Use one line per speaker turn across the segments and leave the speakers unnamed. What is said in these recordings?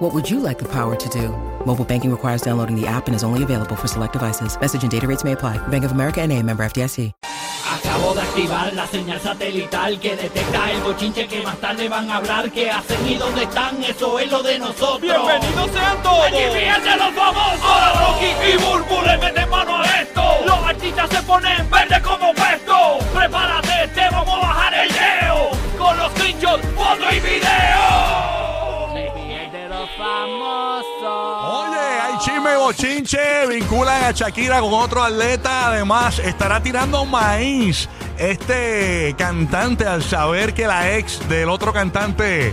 What would you like the power to do? Mobile banking requires downloading the app and is only available for select devices. Message and data rates may apply. Bank of America and a member FDIC.
Acabo de activar la señal satelital que detecta el bochinche que más tarde van a hablar. ¿Qué hacen y dónde están? Eso es lo de nosotros.
¡Bienvenidos sean todos!
¡Aquí fíjense los famosos!
Ahora Rocky y Burbu le meten mano a esto.
Los artistas se ponen verde como puesto. Prepárate, te vamos a bajar el leo. Con los screenshots, foto y video. Se pierde los famosos.
Oye, hay chisme y bochinche, vinculan a Shakira con otro atleta, además estará tirando maíz este cantante al saber que la ex del otro cantante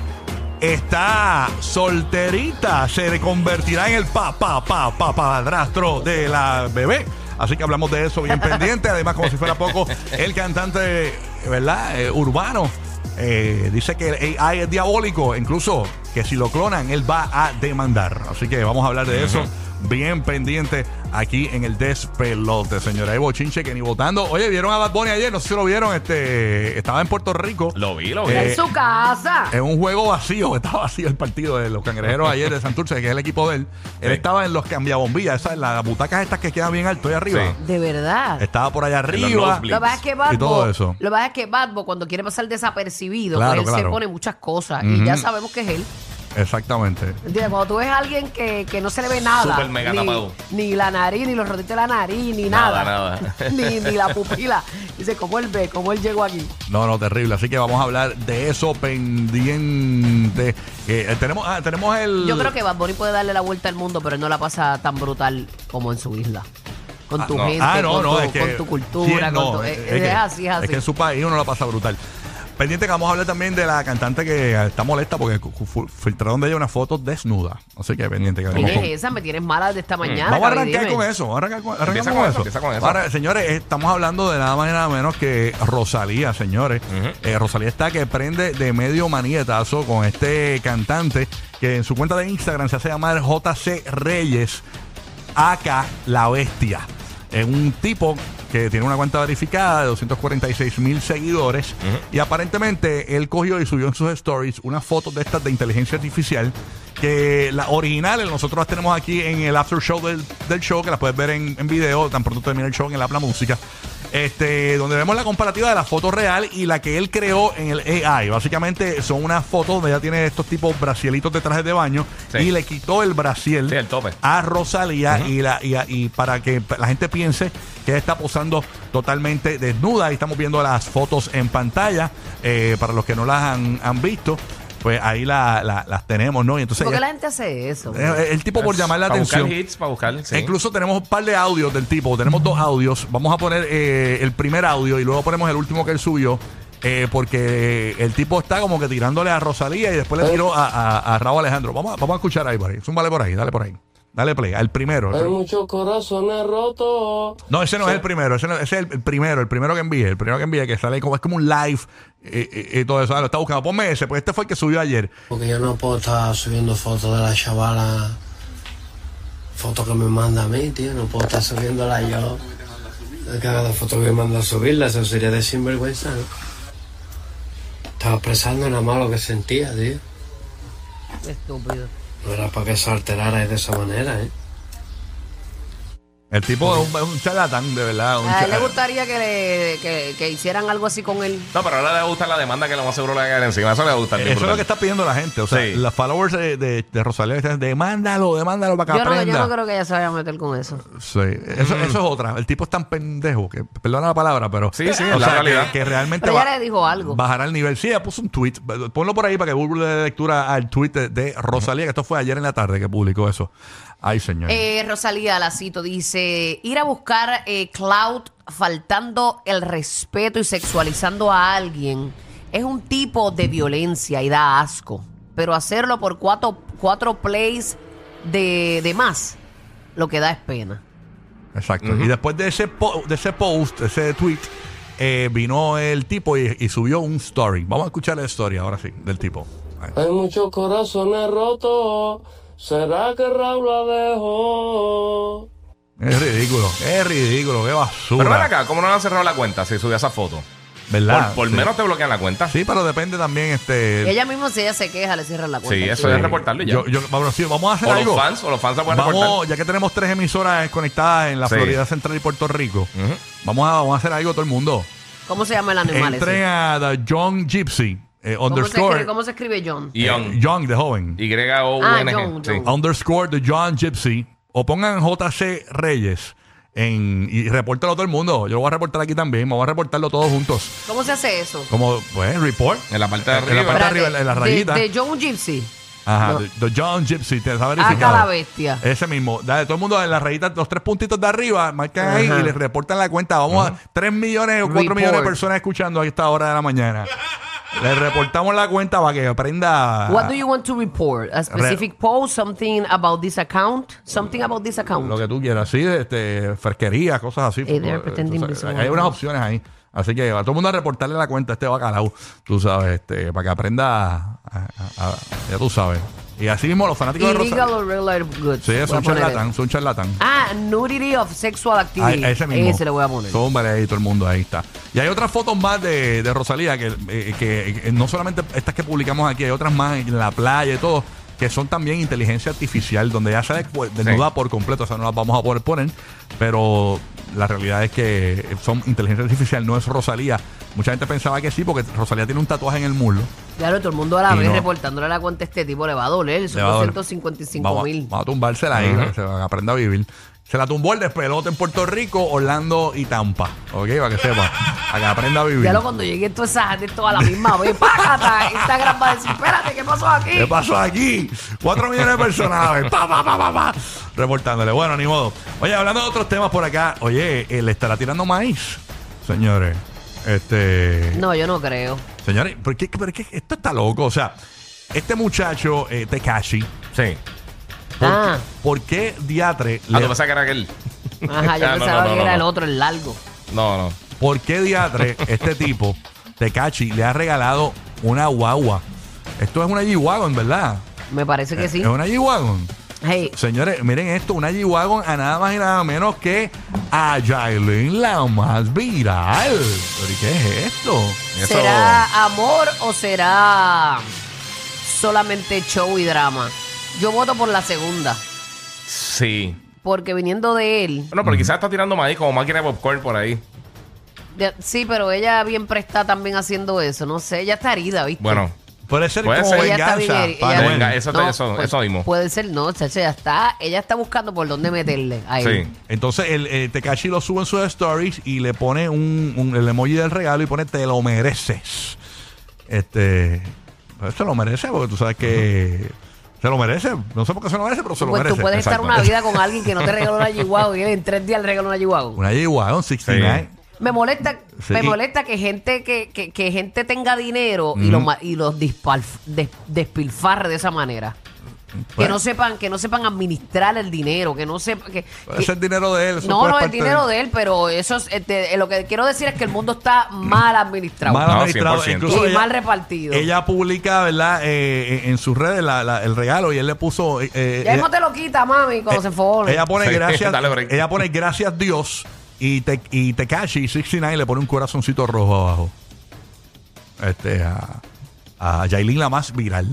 está solterita, se convertirá en el papá, papá, pa, padrastro de la bebé. Así que hablamos de eso bien pendiente, además como si fuera poco, el cantante, ¿verdad? Eh, urbano. eh, dice que el AI es diabólico, incluso que si lo clonan, él va a demandar. Así que vamos a hablar de eso. Bien pendiente aquí en el despelote, señora. Evo Chinche que ni votando. Oye, ¿vieron a Bad Bunny ayer? No sé si lo vieron. Este, estaba en Puerto Rico.
Lo vi, lo vi.
Eh,
en su casa.
En un juego vacío, estaba vacío el partido de los cangrejeros ayer de Santurce, que es el equipo de él. Él
Sí.
estaba en los cambiabombillas, esas, en las butacas estas que quedan bien alto ahí arriba.
De verdad.
Estaba por allá
los
arriba.
nosebleeds.
Lo que pasa es que Badbo,
eh, Y todo eso.
Lo que pasa es que Badbo, cuando quiere pasar desapercibido,
Claro,
pues él
claro.
se pone muchas cosas.
Ujú.
Y ya sabemos que es él.
Exactamente.
¿Entiendes? Cuando tú ves a alguien que, que no se le ve nada.
Súper mega
ni,
tapado.
ni la nariz, ni los rotitos de la nariz, ni
Nada,
nada.
nada.
ni, ni la pupila. Dice, ¿cómo él ve? ¿Cómo él llegó aquí?
No, no, terrible. Así que vamos a hablar de eso pendiente. Eh, tenemos, ah, tenemos el.
Yo creo que Bad Bunny puede darle la vuelta al mundo, pero él no la pasa tan brutal como en su isla. Con tu
no.
gente,
Ah, no,
con,
no,
tu,
es que.
con tu
sí,
cultura.
no,
con tu-
es,
eh,
es
es
que,
así, es así.
es que en su país uno la pasa brutal. Pendiente que vamos a hablar también de la cantante que está molesta porque cu- fu- filtraron de ella una foto desnuda. Así que pendiente que
¿Quién
venimos
es
con-
esa? Me tienes mala de esta
Mm.
mañana.
Vamos a
Gaby,
arrancar
dime.
con eso. vamos a arrancar con- arrancamos
Empieza con
con
eso,
eso.
empieza con eso.
Ahora, señores, eh, estamos hablando de nada más y nada menos que Rosalía, señores. Eh, Rosalía está que prende de medio manietazo con este cantante que en su cuenta de Instagram se hace llamar JC Reyes, acá la bestia. Es un tipo que tiene una cuenta verificada de 246 mil seguidores y aparentemente él cogió y subió en sus stories unas fotos de estas de inteligencia artificial que las originales nosotros las tenemos aquí en el after show del, del show que las puedes ver en, en video tan pronto termina el show en el app La Música este, donde vemos la comparativa de la foto real y la que él creó en el AI. Básicamente son unas fotos donde ya tiene estos tipos bracielitos de trajes de baño
Sí.
y le quitó el braciel
Sí, el tope.
a Rosalía y, la, y, a- y para que la gente piense que ella está posando totalmente desnuda. Ahí estamos viendo las fotos en pantalla. Eh, para los que no las han, han visto, pues ahí la- la- las tenemos, ¿no? Y entonces
¿Por qué
ella-
la gente hace eso?
eh, el tipo por llamar la
para
atención. Eh,
Buscar hits, para buscar. sí.
E Incluso tenemos un par de audios del tipo. Tenemos dos audios. Vamos a poner eh, el primer audio y luego ponemos el último que él subió. eh, porque el tipo está como que tirándole a Rosalía y después
Eh.
le tiró a, a, a Raúl Alejandro. Vamos a, vamos a escuchar ahí, por ahí. Zúmbale por ahí, dale por ahí. Dale play, al primero.
Eh.
Hay muchos corazones rotos.
No, ese no es el primero, ese, no- ese es el, el primero, el primero que envié, el primero que envié, que sale como, es como un live eh, eh, y todo eso. Ah, lo está buscando. Ponme ese, pues este fue el que subió ayer.
Porque yo no puedo estar subiendo fotos de la chavala. Fotos que me manda a mí, tío. No puedo estar subiéndola yo. La cagada de fotos que me manda a subirla, eso sería de sinvergüenza, ¿no? Estaba expresando nada más lo que sentía, tío.
Estúpido.
No era para que se alterara de esa manera, ¿eh?
El tipo es un, es un charlatán, de verdad. un
A él le
charlatán.
gustaría que, le- que, que hicieran algo así con él.
No, pero ahora le gusta la demanda que lo más seguro le va a caer encima. Eso le gusta. bien
Eh, Eso es lo que
brutal.
está pidiendo la gente. O sea,
Sí.
los followers de, de, de Rosalía están, demándalo, demándalo para que
Yo no,
aprenda.
yo no creo que ella se vaya a meter con eso.
Sí. Eso,
Mm.
eso es otra. El tipo es tan pendejo que, perdona la palabra, pero.
Sí, sí,
o
es la
sea, que-
realidad.
Que, realmente.
Pero ella
va-
le dijo algo.
Bajará el nivel. Sí, ella puso un tweet. Ponlo por ahí para que Google le dé lectura al tweet de, de Rosalía, que esto fue ayer en la tarde que publicó eso. Ay, señor.
Eh, Rosalía Lacito dice, ir a buscar eh, cloud faltando el respeto y sexualizando a alguien es un tipo de violencia y da asco. Pero hacerlo por cuatro, cuatro plays de, de más, lo que da es pena.
Exacto. Y después de ese, po- de ese post, ese tweet, eh, vino el tipo y, y subió un story. Vamos a escuchar la story ahora sí, del tipo. Ahí.
Hay muchos corazones rotos. ¿Será que Raúl la dejó?
Es ridículo, es ridículo, qué basura.
Pero ven acá, ¿cómo no le han cerrado la cuenta si subía esa foto?
¿Verdad?
por por
Sí.
menos te bloquean la cuenta.
Sí, pero depende también este. eh,
Ella misma, si ella se queja, le cierra la cuenta.
Sí, eso es reportarlo y ya.
Yo, yo- vamos, sí, vamos a hacer
o
algo.
los fans, o los fans se pueden reportar.
Vamos, ya que tenemos tres emisoras conectadas en la
Sí.
Florida Central y Puerto Rico,
Ujú.
vamos, a, vamos a hacer algo todo el mundo.
¿Cómo se llama el animal
Entren
ese?
a The Young Gypsy eh,
¿Cómo se, escribe,
underscore
cómo se escribe John?
eh,
Young.
Young de joven
Ah, Young,
Y-O-U-N-G. Sí.
Young.
underscore The Young Gypsy o pongan JC Reyes en, y repórtalo todo el mundo. Yo lo voy a reportar aquí también. Vamos a reportarlo todos juntos.
¿Cómo se hace eso?
Como, pues, report.
En la parte de
En la
arriba.
parte de arriba, en la- en la rayita.
De, de John Gypsy.
Ajá,
No.
The, The Young Gypsy, te está verificado.
Acá la bestia.
Ese mismo. Dale, todo el mundo en las rayitas, los tres puntitos de arriba, marcan ahí y les reportan la cuenta. Vamos a 3 millones o 4
Report.
millones de personas escuchando a esta hora de la mañana. les reportamos la cuenta para que aprenda.
What do you want to report? A specific post, something about this account, something about this account.
Lo que tú quieras, sí, este, fresquería, cosas así.
Hey there,
Tú
pretending
sabes,
invisible.
hay unas opciones ahí. Así que a todo el mundo a reportarle la cuenta a este bacalao, tú sabes, este, para que aprenda, a- a- a- ya tú sabes. Y así mismo los fanáticos de
Illegal
Rosario.
or regular goods.
Sí, es
Voy a
un
poner
charlatán,
eso.
es un charlatán.
Ah, nudity of sexual activity.
A- a Ah, ese mismo.
Ese le voy a poner.
Son varias ahí, todo el mundo, ahí está. Y hay otras fotos más de, de Rosalía, que, eh, que, eh, no solamente estas que publicamos aquí, hay otras más en la playa y todo, que son también inteligencia artificial, donde ya se despu- desnuda por completo, o sea, no las vamos a poder poner, pero la realidad es que son inteligencia artificial, no es Rosalía. Mucha gente pensaba que sí, porque Rosalía tiene un tatuaje en el muslo.
Claro, todo el mundo a la
Y
vez
no.
reportándole la cuenta a este tipo le va a doler. Son
Le va a doler.
255
Vamos, a-
mil.
Vamos a tumbársela ahí, para que se aprenda a vivir. Se la tumbó el despelote en Puerto Rico, Orlando y Tampa. ¿Ok? Para que sepa. Para que aprenda a vivir.
Ya lo cuando llegue todas esas gente todas a la misma vez, págata, Instagram va a decir, espérate, ¿qué pasó aquí?
¿Qué pasó aquí? Cuatro millones de personas. a ver, pa, pa, pa, pa, pa, reportándole. Bueno, ni modo. Oye, hablando de otros temas por acá. Oye, eh, le estará tirando maíz, señores. Este.
No, yo no creo.
Señores, ¿por qué, pero es que esto está loco. O sea, este muchacho, eh, Tekashi,
Sí.
¿por,
Ah.
qué, por qué diatre
Ah,
le-
tú pensás que era aquel.
Ajá, yo
Ah, no,
pensaba
no, no,
que era
no.
el otro, el largo.
No, no.
¿Por qué diatre este tipo, Tecachi, le ha regalado una guagua? Esto es una G-Wagon, ¿verdad?
Me parece
Eh,
que sí.
Es una G-Wagon.
Hey,
Señores, miren esto, una G-Wagon a nada más y nada menos que a Yailin, la más viral. ¿Pero y qué es esto?
Eso.
¿será amor o será solamente show y drama? Yo voto por la segunda,
Sí.
porque viniendo de él,
Bueno, pero quizás está tirando maíz como máquina de popcorn por ahí.
de- sí, pero ella bien presta también haciendo eso, no sé, ella está herida, ¿viste?
Bueno,
Puede ser
Puede
como
ser.
Ella está
venganza.
bien-
para
ella-
Noel.
Venga, eso te- eso-
pues,
eso mismo.
Puede ser, no, chacha, ella está, ella está buscando por dónde meterle a él.
sí.
Entonces el, eh, Tekashi lo sube en sus stories y le pone un, un- el emoji del regalo y pone te lo mereces. Este pues, se lo merece porque tú sabes que se lo merece. No sé por qué se lo merece, pero se lo
Pues
merece.
tú puedes
Exacto.
estar una vida con alguien que no te regaló una Chihuahua y él en tres días le regaló una Chihuahua.
Una G-Wagon, un 69.
Me molesta,
Sí.
me molesta que gente que, que, que gente tenga dinero y los ma- y los dispar- des- despilfarre de esa manera. Que
Bueno.
no sepan, que no sepan administrar el dinero, que no sepan que,
Puede
que-
ser Pues dinero de él. eso
no,
puede
no, el
parte
dinero de él, pero eso es, este, lo que quiero decir es que el mundo está mal administrado
Mal
No,
administrado.
100%.
Incluso
y
ella-
mal repartido.
Ella publica, ¿verdad? Eh, en- en sus redes la- la- el regalo y él le puso. eh, eh,
ya
ella-
no te lo quita, mami, cuando se enfone.
Ella pone
Sí,
gracias.
dale break.
ella pone gracias Dios y te y Tekashi 69 le pone un corazoncito rojo abajo. Este a a Yailin la más viral.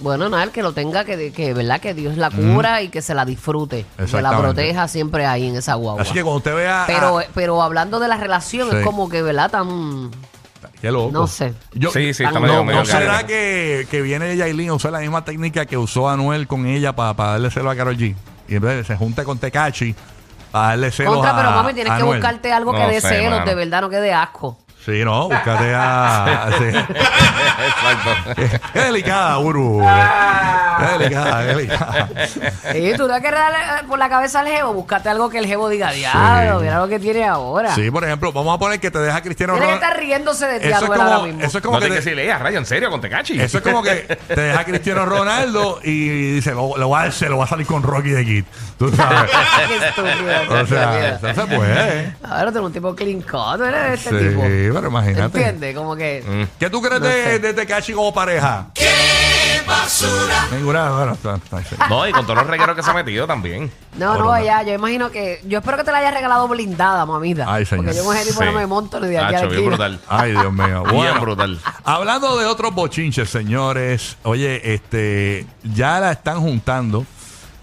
Bueno, nada, el que lo tenga, que, que verdad que Dios la cura y que se la disfrute. Que la
Exactamente.
proteja siempre ahí en esa guagua.
Así que cuando usted vea a-
Oh, pero, pero hablando de la relación,
Sí.
es como que, ¿verdad? Tan.
Ah, qué loco.
no sé.
Yo-
sí, sí,
no-
está medio,
No,
medio
¿no será
caro.
que, que viene Yailin a usar la misma técnica que usó Anuel con ella para darle celos a Karol G? Y en vez se junta con Tekashi para darle celos
Contra,
a
pero mami, tienes
a
que
Anuel.
buscarte algo que
No
dé
sé,
celos,
mano.
de verdad, no que dé asco.
Sí, no, búscate a. sí.
Exacto.
Qué delicada, Uru.
Ah.
Qué delicada, qué delicada.
Sí, tú te vas a querer darle eh, por la cabeza al jevo, búscate algo que el jevo diga, diablo, mira lo que tiene ahora.
Sí, por ejemplo, vamos a poner que te deja Cristiano
Tiene que
Ronaldo.
estar riéndose de ti
Eso es
Anuel, ahora
como,
mismo.
eso es como
No
que
te que
te-
decirle, "Ey, a rayo, en serio, con Tecachi.
Eso es como que te deja Cristiano Ronaldo y dice, lo, lo va a hacer, lo va a salir con Rocky de Kid. Tú sabes.
Qué estúpido.
O sea,
qué
eso
estúpido.
se puede.
Ahora tengo un tipo clincón, ¿no eres
Sí,
este tipo?
pero imagínate.
¿Entiendes? Como que.
Mm,
¿Qué tú crees de, de Tekashi como pareja? ¡Qué basura! Ninguna, bueno, está, está- está-
No, y con todos los regueros que se ha metido también.
No, no, ya, yo imagino que. Yo espero que te la hayas regalado blindada, mamita.
Ay, señor.
Porque yo, mujer, tipo, no
Sí.
me monto ni de aquí a la
Hacho, bien
esquina.
brutal.
Ay, Dios mío.
Bien
Bueno,
brutal.
Hablando de otros bochinches, señores. Oye, este, ya la están juntando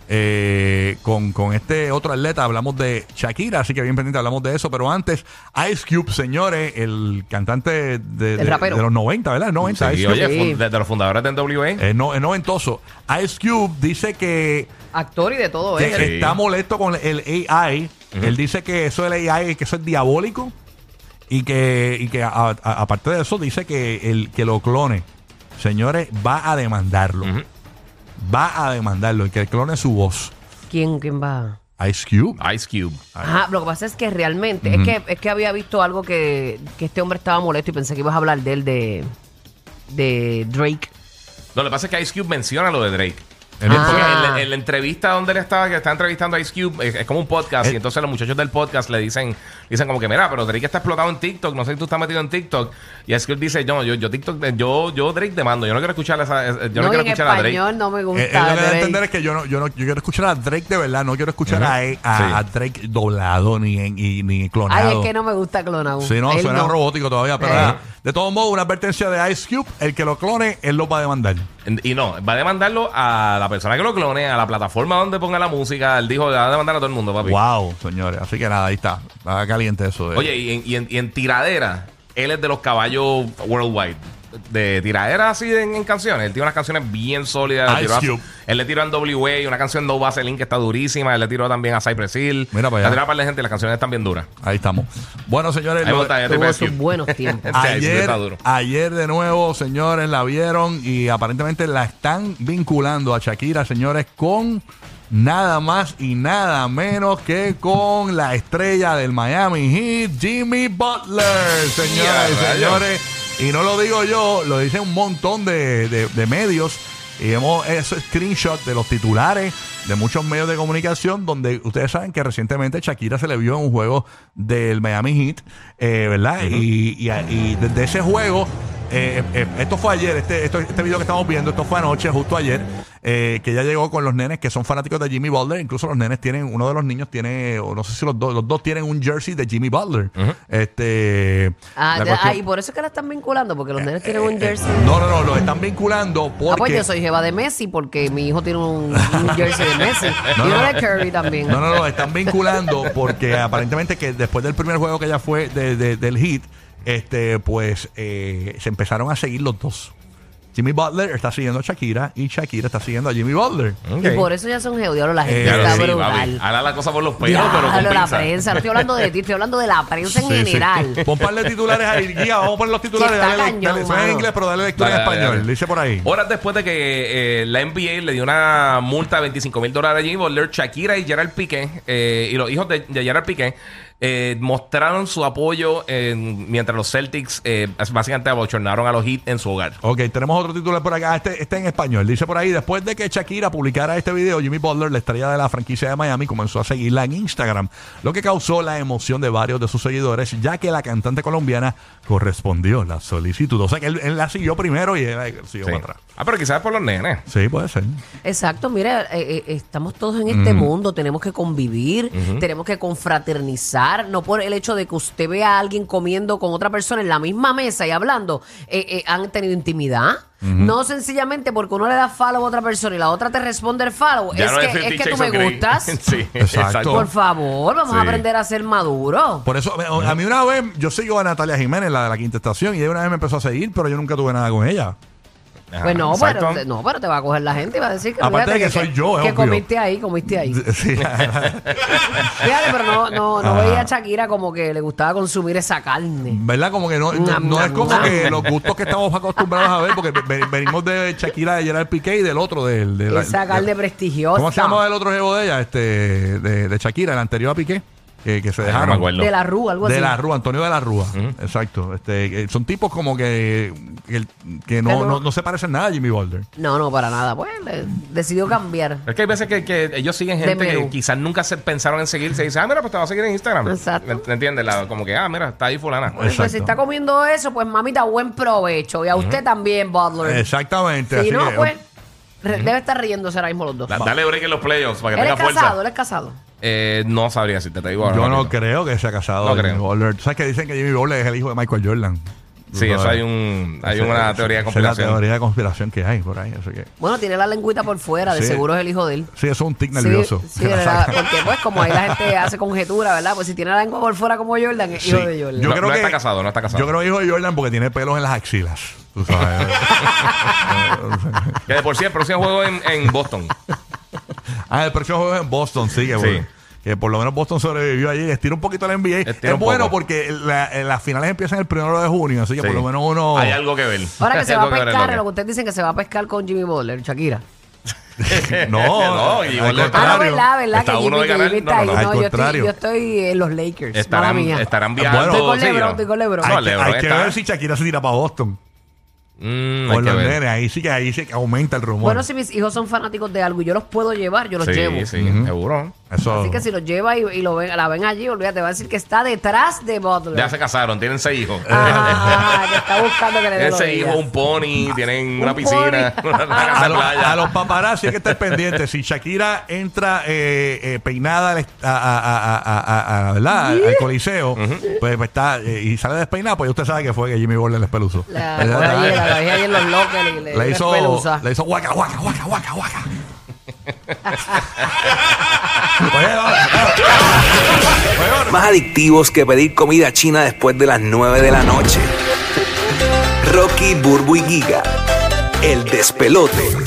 eh, con, con este otro atleta. Hablamos de Shakira, así que bien pendiente hablamos de eso. Pero antes, Ice Cube, señores, el cantante de, de-
rapero.
de los 90, ¿verdad? 90,
Sí,
Ice
oye,
Cube.
Sí.
fu- de, de los fundadores de NWA.
Eh, no, es noventoso. Ice Cube dice que
Actor y de todo,
que
¿eh?
Sí.
está molesto con el AI. Él dice que eso del AI, que eso es diabólico. Y que, y que a- a- aparte de eso, dice que el que lo clone, señores, va a demandarlo. Va a demandarlo. Y que clone su voz.
¿Quién, quién va?
Ice Cube.
Ice Cube.
Ajá, lo que pasa es que realmente, es, que, es que había visto algo que, que este hombre estaba molesto y pensé que ibas a hablar de él, de, de Drake.
No, lo que pasa es que Ice Cube menciona lo de Drake.
Él-
Ah.
Porque en la- en la entrevista donde él estaba, que está entrevistando a Ice Cube, es, es como un podcast.
Eh.
Y entonces los muchachos del podcast le dicen, dicen como que, mira, pero Drake está explotado en TikTok. No sé si tú estás metido en TikTok. Y Ice Cube dice, no, yo, yo TikTok, yo, yo Drake te mando. Yo no quiero escuchar esa, esa- yo no,
y
quiero
en
escuchar a Drake.
español no me
Eh, él- él lo
gusta.
que da a
Drake.
entender es que yo no, yo no yo quiero escuchar a Drake de verdad, no quiero escuchar
Ujú.
a- a,
Sí.
a Drake doblado ni, en- y- ni clonado.
Ay, es que no me gusta Clonau.
Sí, no,
Él
suena robótico todavía, pero
Eh.
nada. de todos modos, una advertencia de Ice Cube, el que lo clone, él lo va a demandar.
Y no, va a demandarlo a la persona que lo clone, a la plataforma donde ponga la música. Él dijo, va a demandar a todo el mundo, papi.
Wow, señores. Así que nada, ahí está. Está caliente eso. de-
Oye, y en, y en- y en tiradera, él es de los caballos worldwide. De tiradera así en, en canciones. Él tiene unas canciones bien
Ice
sólidas. Le tiró a-
Cube.
él le tiró a NWA, una canción No Vaseline que está durísima. Él le tiró también a Cypress Hill.
Mira para allá.
Le tiró a par de gente. Las canciones están bien duras.
ahí estamos. Bueno, señores,
Ahí
lo-
está, ya te
tuvo
voy a
sus
decir.
buenos tiempos.
Sí, sí,
ayer,
está duro.
ayer de nuevo, señores, la vieron y aparentemente la están vinculando a Shakira, señores, con nada más y nada menos que con la estrella del Miami Heat, Jimmy Butler, señores,
Ya, rayos.
señores. Y no lo digo yo, lo dice un montón de, de- de medios. Y hemos hecho screenshot de los titulares de muchos medios de comunicación donde ustedes saben que recientemente Shakira se le vio en un juego del Miami Heat, eh, ¿verdad? Y, y- y desde ese juego, eh, eh, esto fue ayer, este, esto- este video que estamos viendo, esto fue anoche, justo ayer, eh, que ya llegó con los nenes que son fanáticos de Jimmy Butler. Incluso los nenes tienen, uno de los niños tiene, o no sé si los dos, los dos tienen un jersey de Jimmy Butler. Este.
Ah,
la
de-
cuestión-
ah, y por eso es que la están vinculando, porque los nenes tienen
eh,
un
eh,
jersey.
No, no, no, los están vinculando porque.
ah, pues yo soy jeva de Messi, porque mi hijo tiene un, un jersey de Messi.
No,
y
no,
uno de
no.
Curry también.
No, no, no, están vinculando porque aparentemente que después del primer juego que ella fue de- de- del hit, este, pues eh, se empezaron a seguir los dos. Jimmy Butler está siguiendo a Shakira y Shakira está siguiendo a Jimmy Butler.
Y por eso ya son geodiablos, la gente
Eh,
Claro,
está
sí, papi.
brutal.
Ahora la cosa por los pelos,
Diablo,
pero con
la
pinza.
prensa, no estoy hablando de ti, estoy hablando de la prensa en
Sí, sí.
general.
Pon par de titulares ahí, guía, vamos a poner los titulares.
Sí, está
dale,
cañón,
dale, suena en
mano.
inglés, pero dale lectura
Dale,
en
dale,
español.
dale.
Dice por ahí.
Horas después de que eh, la NBA le dio una multa de 25 mil dólares a Jimmy Butler, Shakira y Gerard Piqué eh, y los hijos de, de Gerard Piqué eh, mostraron su apoyo en- mientras los Celtics eh, básicamente abochornaron a los Heat en su hogar.
Ok, tenemos otro titular por acá. Este está en español. Dice por ahí: Después de que Shakira publicara este video, Jimmy Butler, la estrella de la franquicia de Miami, comenzó a seguirla en Instagram, lo que causó la emoción de varios de sus seguidores, ya que la cantante colombiana correspondió la solicitud. O sea que él, él la siguió primero y él la siguió
Sí.
para atrás.
Ah, pero quizás por los nenes.
Sí, puede ser.
Exacto, mira, eh, eh, estamos todos en este mundo, tenemos que convivir, tenemos que confraternizar, no por el hecho de que usted vea a alguien comiendo con otra persona en la misma mesa y hablando, eh, eh, han tenido intimidad. No sencillamente porque uno le da follow a otra persona y la otra te responde el follow.
Ya
es,
no
que,
50
es que tú
Shades
me
of Grey.
gustas.
sí,
Exacto.
Por favor, vamos a
Sí. Pues,
aprender a ser maduros.
Por eso, eh, a a mí una vez, yo sigo a Natalia Jiménez, la de la quinta estación, y ella una vez me empezó a seguir, pero yo nunca tuve nada con ella.
Ajá,
Pues no
exacto.
pero, no, pero te va a coger la gente y va a decir que
Aparte de que soy yo, es
que
obvio.
comiste ahí, comiste ahí.
Sí.
Fíjate, pero no, no, no
Ajá.
veía a Shakira como que le gustaba consumir esa carne.
¿Verdad? Como que no, no, no es como que los gustos que estamos acostumbrados a ver, porque ve- venimos de Shakira, de Gerard Piqué y del otro, del... de la-
esa carne
de-
prestigiosa.
¿Cómo se llama el otro jevo de ella? Este, de, de Shakira, el anterior a Piqué, eh, que, que se
Ay, no
dejaron.
me acuerdo.
De la Rúa, algo así.
De la Rúa, Antonio de la Rúa. Exacto. Este, eh, son tipos como que, que, que no,
Pero-
no, no se parecen nada a Jimmy Boulder.
No, no, para nada. Pues le- decidió cambiar.
Es que hay veces que, que ellos siguen
De
gente que
menú.
quizás nunca se pensaron en seguirse y dicen, ah, mira, pues te vas a seguir en Instagram.
Exacto.
¿Me- ¿Me entiendes? La- como que, ah, mira, está ahí fulana.
Bueno, pues si
Exacto.
está comiendo eso, pues mamita, buen provecho. Y a usted también, Butler.
Exactamente.
Si
así
no,
que-
pues re- debe estar riéndose ahora mismo los dos.
Da- dale break en los playoffs para que
Él es
tenga
casado,
fuerza.
él es casado.
Eh, no sabría si te, te digo ahora
Yo
rápido.
no creo que se ha casado
No
Jimmy
creo.
Butler. ¿Tú sabes que dicen que Jimmy Butler es el hijo de Michael Jordan?
Sí,
Tú
eso
sabes.
hay, un, hay
Esa-
una teoría
esa
de
es la
conspiración.
teoría de conspiración que hay por ahí. Así que,
Bueno, tiene la lengüita por fuera, de
Sí.
seguro es el hijo de él.
sí, eso es un tic nervioso.
Sí, sí,
Se la
de verdad,
saca.
porque pues como ahí la gente hace conjetura, ¿verdad? Pues si tiene la lengua por fuera como Jordan, es
Sí.
hijo de Jordan.
No- no está casado, no está casado.
Yo creo que hijo de Jordan porque tiene pelos en las axilas. Tú sabes.
Que de por sí, el próximo juego en, en Boston.
ah, el próximo juego es en Boston, sí, que,
Sí.
bueno, que por lo menos Boston sobrevivió allí. Estira un poquito la NBA.
Estira
es
un
bueno
poco.
porque la- eh, las finales empiezan el primero de junio, así que
Sí.
por lo menos uno.
Hay algo que ver.
Ahora que se
Hay
va a
algo ver en
pescar,
lo
lo que ustedes dicen que se va a pescar con Jimmy Butler, Shakira.
No,
No, y
al
Butler está-
Ah, no,
Claro.
verdad, verdad,
Está
que
uno
Jimmy,
de ganar.
Jimmy
No,
está
no,
ahí.
no,
al
No, yo, estoy,
contrario.
yo estoy en los Lakers, mala
estarán,
mía.
estarán
Bueno,
viajando.
estoy
con
sí,
LeBron,
¿no?
estoy con LeBron.
No,
Hay, que,
LeBron
hay que
está-
ver si Shakira se tira para Boston.
Mm, hay
Con
que
los
ver.
nenes, ahí sí que ahí sí que aumenta el rumor.
Bueno, si mis hijos son fanáticos de algo y yo los puedo llevar, yo los
Sí,
llevo.
sí, seguro.
Eso.
Así que si los lleva y, y lo ven- la ven allí, olvídate, va a decir que está detrás de Butler.
Ya se casaron, tienen seis hijos.
Ajá, que Ah, está buscando que le dé los
Ese hijo,
días.
un pony, tienen una
pony.
piscina, una casa
a,
de
los-
playa.
a los paparazzi hay que estar pendientes. Si Shakira entra eh, eh, peinada al est- a, a- a- a- a- a- ¿verdad? al coliseo, pues, pues está eh, y sale despeinada, pues usted sabe que fue que Jimmy Butler les peluzó.
La
Ya
cogí
está.
ayer, la cogí ayer en los lockers y le,
Le
le
hizo,
pelusa.
le hizo guaca, guaca, guaca, guaca, guaca. Oye, va-
Más adictivos que pedir comida china después de las 9 de la noche. Rocky, Burbu y Giga. El despelote.